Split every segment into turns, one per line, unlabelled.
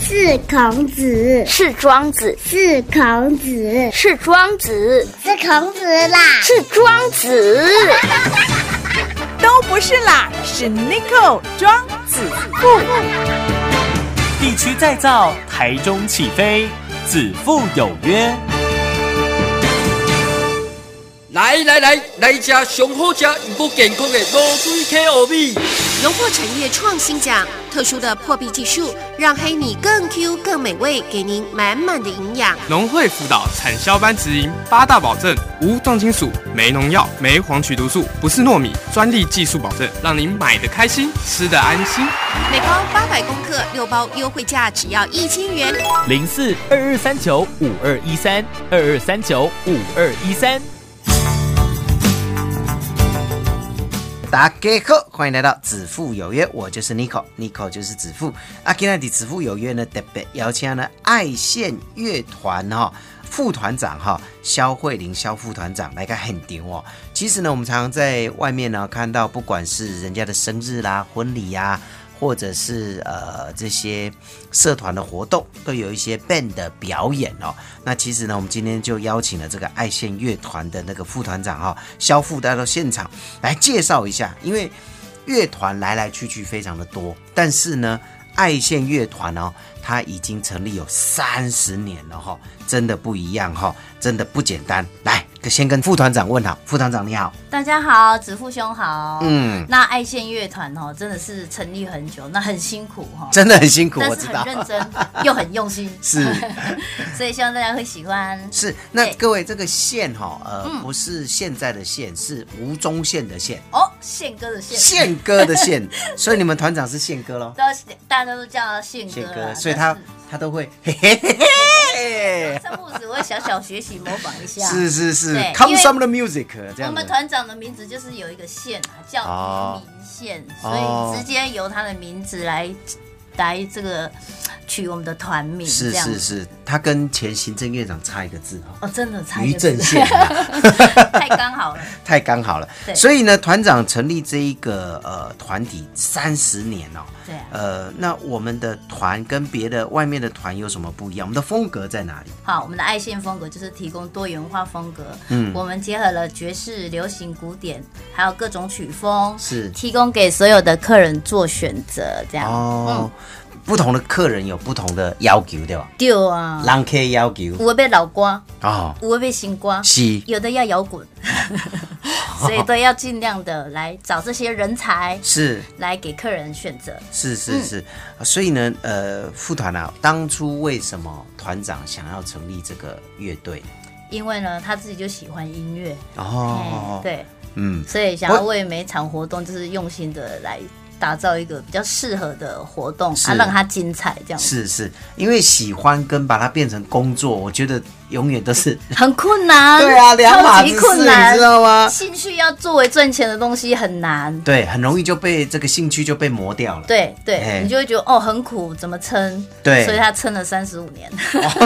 是孔子，
是庄子，
是孔子，
是庄子，
是孔子啦，
是庄子。
都不是啦，是 Nico 庄子富。
地区再造，台中起飞，子父有约。
来来来，来吃上好吃又够健康的卤水溪黑米。
荣获产业创新奖，特殊的破壁技术让黑米更 Q 更美味，给您满满的营养。
农会辅导产销班直营八大保证：无重金属、没农药、没黄曲毒素，不是糯米，专利技术保证，让您买的开心，吃的安心。
每包八百公克，六包优惠价只要一千元。
零四二二三九五二一三二二三九五二一三。
大家好，欢迎来到子父有约，我就是 Nico，Nico 就是子父。啊，今天的子父有约呢，特别邀请呢爱线乐团哈、哦、副团长哈、肖慧玲肖副团长来个很牛哦。其实呢，我们常常在外面呢看到，不管是人家的生日啦、婚礼呀、或者是呃这些社团的活动，都有一些 band 的表演哦。那其实呢，我们今天就邀请了这个爱线乐团的那个副团长哈、哦，肖副带到现场来介绍一下，因为乐团来来去去非常的多，但是呢，爱线乐团哦，它已经成立有三十年了哈、哦，真的不一样哈、哦，真的不简单。来，先跟副团长问好，副团长你好，
大家好，子父兄好。
嗯，
那爱线乐团哦，真的是成立很久，那很辛苦哈、哦，
真的很辛苦，
但
我
是
知道
很。认真又很用心，
是
所以希望大家会喜欢。
是，那
对
各位这个线哈、呃，不是现在的线，是吴宗宪的宪，
哦，宪哥的宪，
宪哥的宪，所以你们团长是宪哥喽，
都大家都叫他宪
宪
哥啦
哥，所以
但
他他都会嘿嘿嘿嘿，
是这步子我会小小学习模仿一下。
是是是
对
，Come
因为
some the music 这
我
样
们
的，
团长的名字就是有一个县啊，叫
哦
黎明县，
哦
所以直接由他的名字来来这个取我们的团名，
哦是
这样
是
子。
是，他跟前行政院长差一个字哈，
哦，真的差一
于
个字
正宪啊
太刚好了。
太刚好了，
对
所以呢，团长成立这一个呃团体三十年哦。
对啊，
呃，那我们的团跟别的外面的团有什么不一样？我们的风格在哪里？
好，我们的爱线风格就是提供多元化风格，
嗯
我们结合了爵士、流行、古典，还有各种曲风，
是
提供给所有的客人做选择，这样。
哦，
嗯
不同的客人有不同的要求，对吧？
对啊，
人客要求
有的被老瓜，
哦，
有的被新瓜，
是
有的要摇 滚，所以都要尽量的来找这些人才
是
来给客人选择。
是
嗯
是是，啊所以呢，呃，副团啊，当初为什么团长想要成立这个乐队？
因为呢，他自己就喜欢音乐，
哦
哎，，，对，
嗯，
所以想要
我
为每一场活动就是用心的来打造一个比较适合的活动，
是
啊，让它精彩，这样子
是是，因为喜欢跟把它变成工作，我觉得永远都是
很困 难，
对啊，两码
超
子
级
事，
困
你
难
知。道吗？
兴趣要作为赚钱的东西很难，
对，很容易就被这个兴趣就被磨掉了。
对对，
哎
你就会觉得哦很苦，怎么撑？
对
所以他撑了三十五年。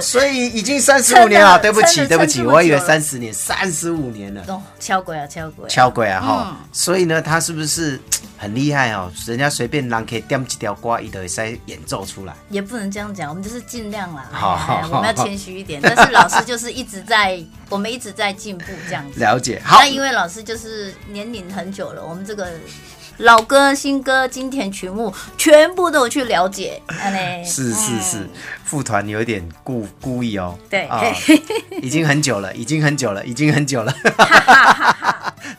所以已经三十五
撑
年了，
了
对不起，
撑了
对不
撑
起，
这么
我以为
久了
三十年，三十五年了，
哦，敲鬼啊，敲鬼、啊，
敲鬼啊哈、所以呢，他是不是嘖很厉害哦？人家随便人可以点几条瓜，一都会塞演奏出来。
也不能这样讲，我们就是尽量啦。
好
哎哎
好
我们要谦虚一点。但是老师就是一直在，我们一直在进步这样子。
了解，好
那，因为老师就是年龄很久了，我们这个老歌、新歌、经典曲目全部都有去了解。哎 嘞
是是是，副团有点故故意哦。
嗯对
啊、已经很久了，已经很久了，已经很久了，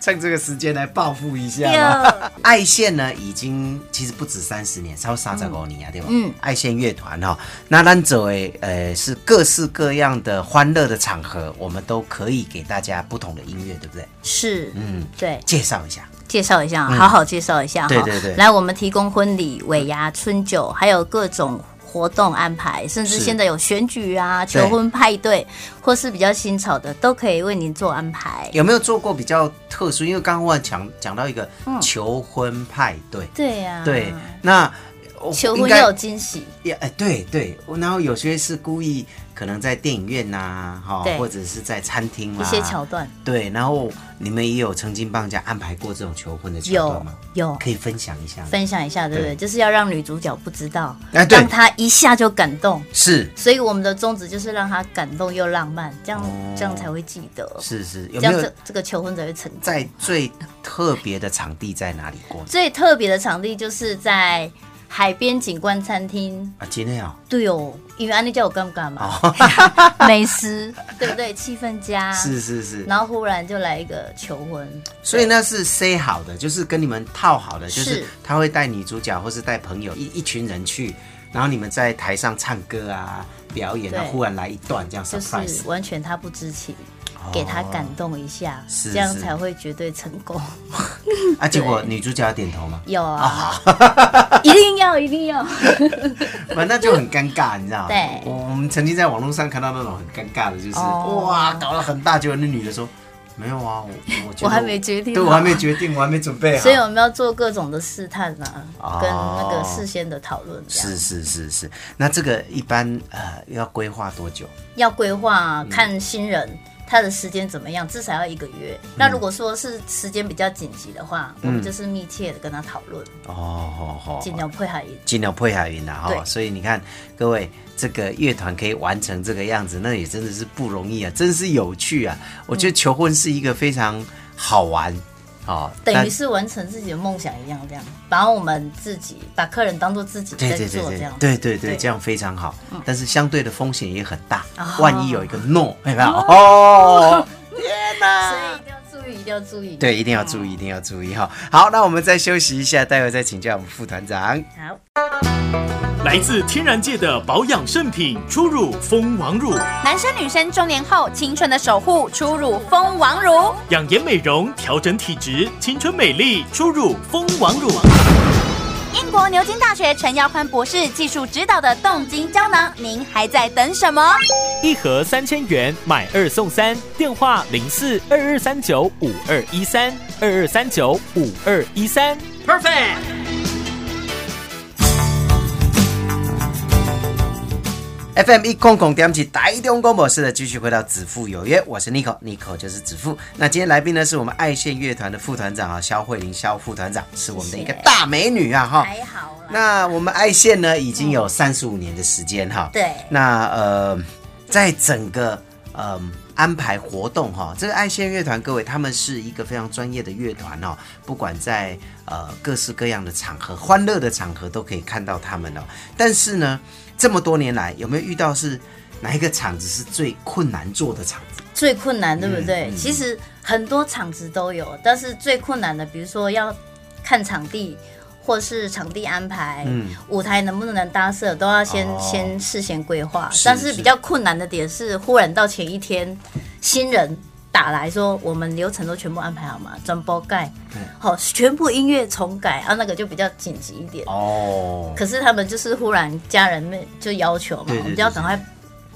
趁这个时间来报复一下嘛。
二
爱线呢，已经其实不止三十年，超三十五年啊，对吧？嗯，爱线乐团哈、那咱走诶，呃，是各式各样的欢乐的场合，我们都可以给大家不同的音乐，对不对？
是，
嗯，
对，
介绍一下，
介绍一下，好好介绍一下哈。
对对对
来，我们提供婚礼、尾牙、春酒，还有各种。活动安排，甚至
是
现在有选举啊、求婚派对，或是比较新潮的，都可以为您做安排。
有没有做过比较特
嗯
殊？因为刚刚我讲讲到一个求婚派对，
对呀、
对，那哦
啊求
应
婚
该
要有惊喜，
也哎，对对，然后有些是故意可能在电影院呐、哈、
对
或者是在餐厅啦、
一些桥段
对，然后你们也有曾经帮人家安排过这种求婚的桥段
有
吗？
有
可以分享一下吗？
分享一下，对不对？
对
就是要让女主角不知道，
哎对
让她一下就感动。
是
所以我们的宗旨就是让她感动又浪漫，这样、这样才会记得，
哦是是，有
这
没
样
有
这这个求婚才会成真。
在最特别的场地在哪里过？
最特别的场地就是在海边景观餐厅，
啊，今天啊、
对哦，因为安妮叫我干干
哦
嘛？ 美食，对不对？气氛佳，
是是是，
然后忽然就来一个求婚，
所以那是 say 好的，就是跟你们套好的，就是
是
他会带女主角或是带朋友一一群人去，然后你们在台上唱歌啊、表演啊，
对
忽然来一段这样
就
surprise，、哦
是完全他不知情，给他感动一下，
是
这样
是
才会绝对成功。嗯
啊，结果女主角有点头吗？
有啊， 一定要，一定要，
反正就很尴尬，你知道吗？
对
我我们曾经在网络上看到那种很尴尬的，就是、
哦
哇，搞了很大，结果那女的说没有啊，我我觉得
我还没决定
对
好
我还没决定，我还没准备好。
所以我们要做各种的试探啊，
哦
跟那个事先的讨论，这样
是是是是，那这个一般呃要规划多久？
要规
嗯
划啊看新人。他的时间怎么样？至少要一个月。
嗯
那如果说是时间比较紧急的话，我们就是密切的跟他讨论，
哦，好好，
尽量配合一
尽量配合云啦哈。
对
所以你看，各位这个乐团可以完成这个样子，那也真的是不容易啊，真是有趣啊！
嗯
我觉得求婚是一个非常好玩哦，
等
但
于是完成自己的梦想一样，这样把我们自己把客人当做自己
对
在
对对
做这
对
样。
对对对，
对嗯
这样非常好，但是相对的风险也很大
哦，
万一有一个 no，有没有？哦，天哪！
所以一定要注意，一定要注意。，
对，一定要注意，一定要注意哈。好，那我们再休息一下，待会再请教我们副团长。
好。
来自天然界的保养圣品初乳蜂王乳，
男生女生中年后青春的守护，初乳蜂王乳。
养颜美容，调整体质，青春美丽，初乳蜂王乳。
英国牛津大学陈耀宽博士技术指导的冻精胶囊，您还在等什么？
一盒三千元，买二送三。电话零四二二三九五二一三二二三九五二一三。
Perfect。
FM 一空空点起台中广播室的，继续回到子父有约，我是 Nico，Nico 就是子父。那今天来宾呢是我们爱线乐团的副团长啊，肖慧玲肖副团长，是我们的一个
谢谢
大美女啊哈。
还好啦。嗯
那我们爱线呢已经有三十五年的时间哈。
对
那呃，在整个呃安排活动哈、这个爱线乐团各位，他们是一个非常专业的乐团哦，不管在呃各式各样的场合、欢乐的场合都可以看到他们哦。但是呢，这么多年来有没有遇到是哪一个场子是最困难做的场子？
最困难，对
嗯
不对？其实很多场子都有，但是最困难的，比如说要看场地。或是场地安排，舞台能不能搭设，都要先、
嗯哦
先事先规划。
是
但是
是
比较困难的点是，忽然到前一天，新人打来说，我们流程都全部安排好嘛，转播盖
对，
好、全部音乐重改啊，那个就比较紧急一点。
哦，
可是他们就是忽然家人们就要求嘛，
对对
我们
对
就要
对
赶快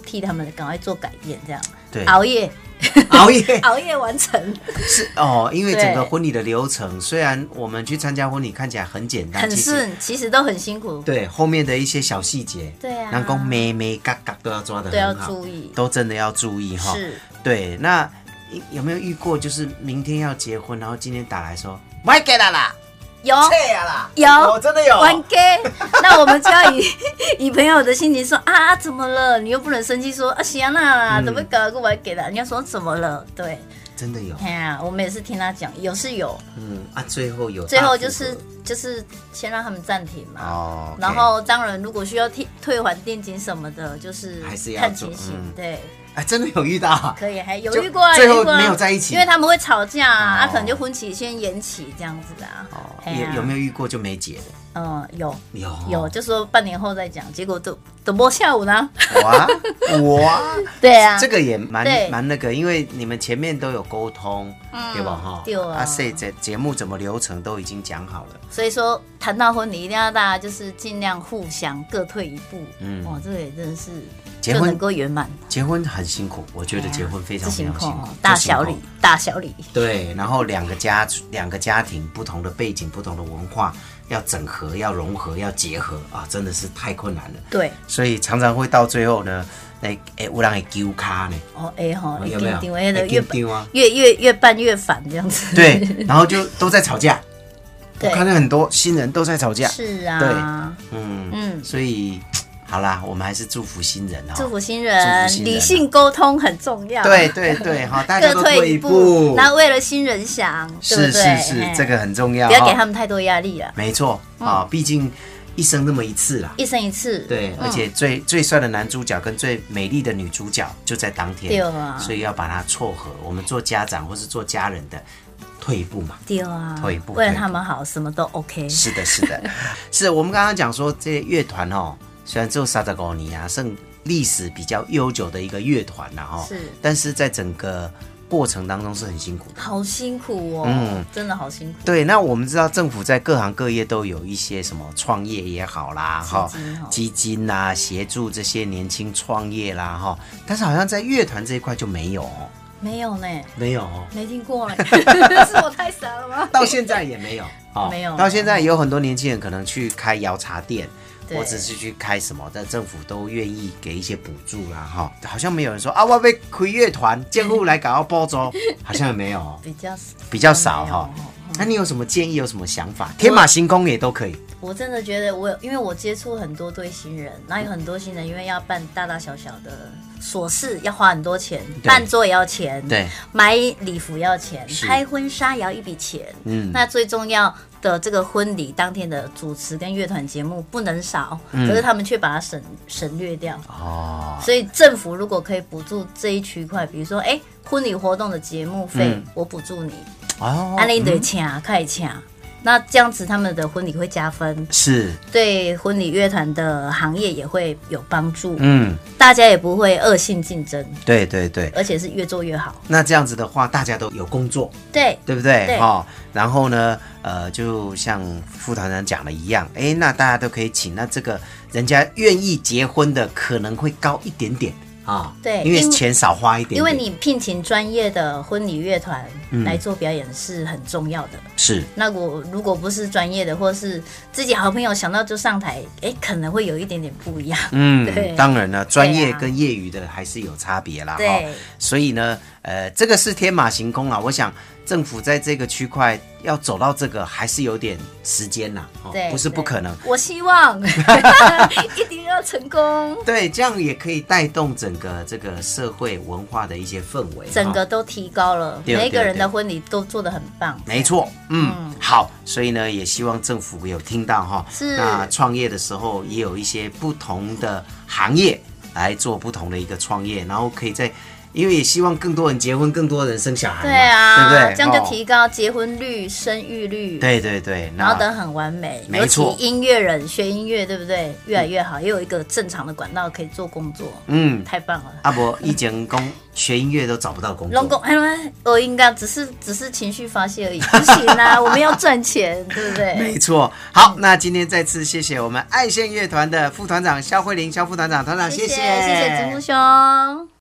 替他们赶快做改变，这样
对，
熬夜
熬 夜
熬夜完成，
是哦，因为整个
对
婚礼的流程，虽然我们去参加婚礼看起来很简单，
很
其实
顺，其实都很辛苦。
对后面的一些小细节，
对啊
南宫妹妹嘎嘎都要抓的
都要
很好，
注意
都真的要注意哈。
是
对，那有没有遇过就是明天要结婚，然后今天打来说买给啦啦，
有
退啊啦，
有
有真的有，
玩 gay，那我们就要以以朋友的心情说啊，怎么了？你又不能生气说啊，行啦，怎么搞个玩 gay 的？你要说怎么了？对，
真的有，
哎呀，我们也是听他讲，有是有，
嗯啊，最后有大
最后
复合
就是就是先让他们暂停嘛。
哦，OK，
然后，当然，如果需要退退还定金什么的，就是
还是要
看
做
情形，
嗯
对，
哎，真的有遇到啊，
可以，还有
就
遇过啊，
最
有遇
后
过啊
没有在一起
因为他们会吵架啊，啊
哦
可能就婚期先延期这样子啊。
哦，
哎呀
有有没有遇过就没结的？
嗯，有
有哦
有，就说半年后再讲，结果等等播下午呢？
哇哇，
对啊，
这个也蛮
对
蛮那个，因为你们前面都有沟通，对吧？哈，
对啊
啊，所以这节目怎么流程都已经讲好了，
所以说谈到婚礼，一定要大家就是尽量互相各退一步。嗯，哇，这个也真的是
结
就
婚
能够圆满，
结婚很辛苦，我觉得
哎呀
结婚非常
这
非
辛
常
苦
辛苦
哦，，大
这辛苦
小礼，大小礼，
对，然后两个家两个家庭不同的背景、不同的文化要整合合、要融合、要结合啊，真的是太困难了。
对，
所以常常会到最后呢，哎哎，有人会揪卡呢，
哦，哎吼，
有没有
定定位的越
会紧张啊
越越越办越烦这样子。
对，然后就都在吵架。我
对
看到很多新人都在吵架，
是啊，
嗯
嗯
所以好啦，我们还是祝福新人哈、
祝福新
祝
人
福，新人
理性沟通很重要。
对对对 哈，大家
各
都
退
一
一
步
步，，那为了新人想，对
是
不对
是是
嘿，
这个很重要，
不要给
哈
他们太多压力了，
没错啊，毕竟一生那么一次啦。
嗯一生一次。
对，
嗯
而且最最帅的男主角跟最美丽的女主角就在当
对
天，
啊
所以要把它撮合。我们做家长或是做家人的，退一步嘛。
对啊，
退一步
为了他们好，什么都 OK。
是的，是 的，是我们刚刚讲说，这些乐团哦，虽然只有萨扎狗尼啊，剩历史比较悠久的一个乐团啦、哦，
是
但是在整个过程当中是很辛苦的。
好辛苦哦，
嗯
真的好辛苦。
对，那我们知道政府在各行各业都有一些什么创业也好啦，哈
基金哦，
基金啦、协助这些年轻创业啦，哈，但是好像在乐团这一块就没有哦，
没有呢，
没有 哦，
没听过 哎，是我太傻了吗？
到现在也没 有，哦
没有
到现在有很多年轻人可能去开摇茶店。
对
或者是去开什么，但政府都愿意给一些补助啦，哈，好像没有人说啊，我被亏乐团，政府来搞到波 州，好像也没有哦，
比较
比较少哈、嗯
没有哦
那你有什么建议，有什么想法？天马行空也都可以。
我真的觉得我，因为我接触很多对新人，然后有很多新人因为要办大大小小的琐事，要花很多钱，
对
办桌也要钱，
对，
买礼服要钱
是，
拍婚纱也要一笔钱。
嗯
那最重要的这个婚礼当天的主持跟乐团节目不能少，
嗯
可是他们却把它省省略掉。
哦，
所以政府如果可以补助这一区块，比如说，哎、婚礼活动的节目费、
嗯
我补助你，
哦，
安利得请开请，啊那这样子他们的婚礼会加分，
是，
对婚礼乐团的行业也会有帮助，
嗯，
大家也不会恶性竞争，
对对对。
而且是越做越好。
那这样子的话，大家都有工作，
对，
对不对？
对
哦，然后呢，呃，就像副团长讲的一样，哎，那大家都可以请，那这个人家愿意结婚的可能会高一点点啊，
对
因为
因为
钱少花一点点
因为你聘请专业的婚礼乐团
嗯
来做表演是很重要的。
是
那我如果不是专业的，或是自己好朋友想到就上台，哎，可能会有一点点不一样。
嗯，
对
当然了，专业
对啊
跟业余的还是有差别啦。
对
哈，所以呢，呃，这个是天马行空啊啦。我想政府在这个区块要走到这个，还是有点时间啦，哦
对，
不是不可能。
对。我 希望一定要成功，
对，这样也可以带动整个这个社会文化的一些氛围。
整
哈
个都提高了，
对
每一
对
个人的
对
婚礼都做得很棒。
没错，嗯，好，所以呢，也希望政府有听到哈。
是
那创业的时候也有一些不同的行业来做不同的一个创业，然后可以在，因为也希望更多人结婚，更多人生小孩嘛，
对啊，
对不对？
这样就
哦
提高结婚率、生育率。。
对对对，
然后
那
得很完美，
没错
尤其音乐人学音乐，对不对？越来越好，也有一个正常的管道可以做工作，
嗯，
太棒了。
阿伯以前讲学音乐都找不到工
龙
作，
工，哎，我应该只是只是情绪发泄而已，不行 啊，我们要赚钱，对不对？
没错。好，那今天再次谢谢我们爱线乐团的副团长肖慧玲，肖副团长，团长
谢
谢
谢谢子木兄。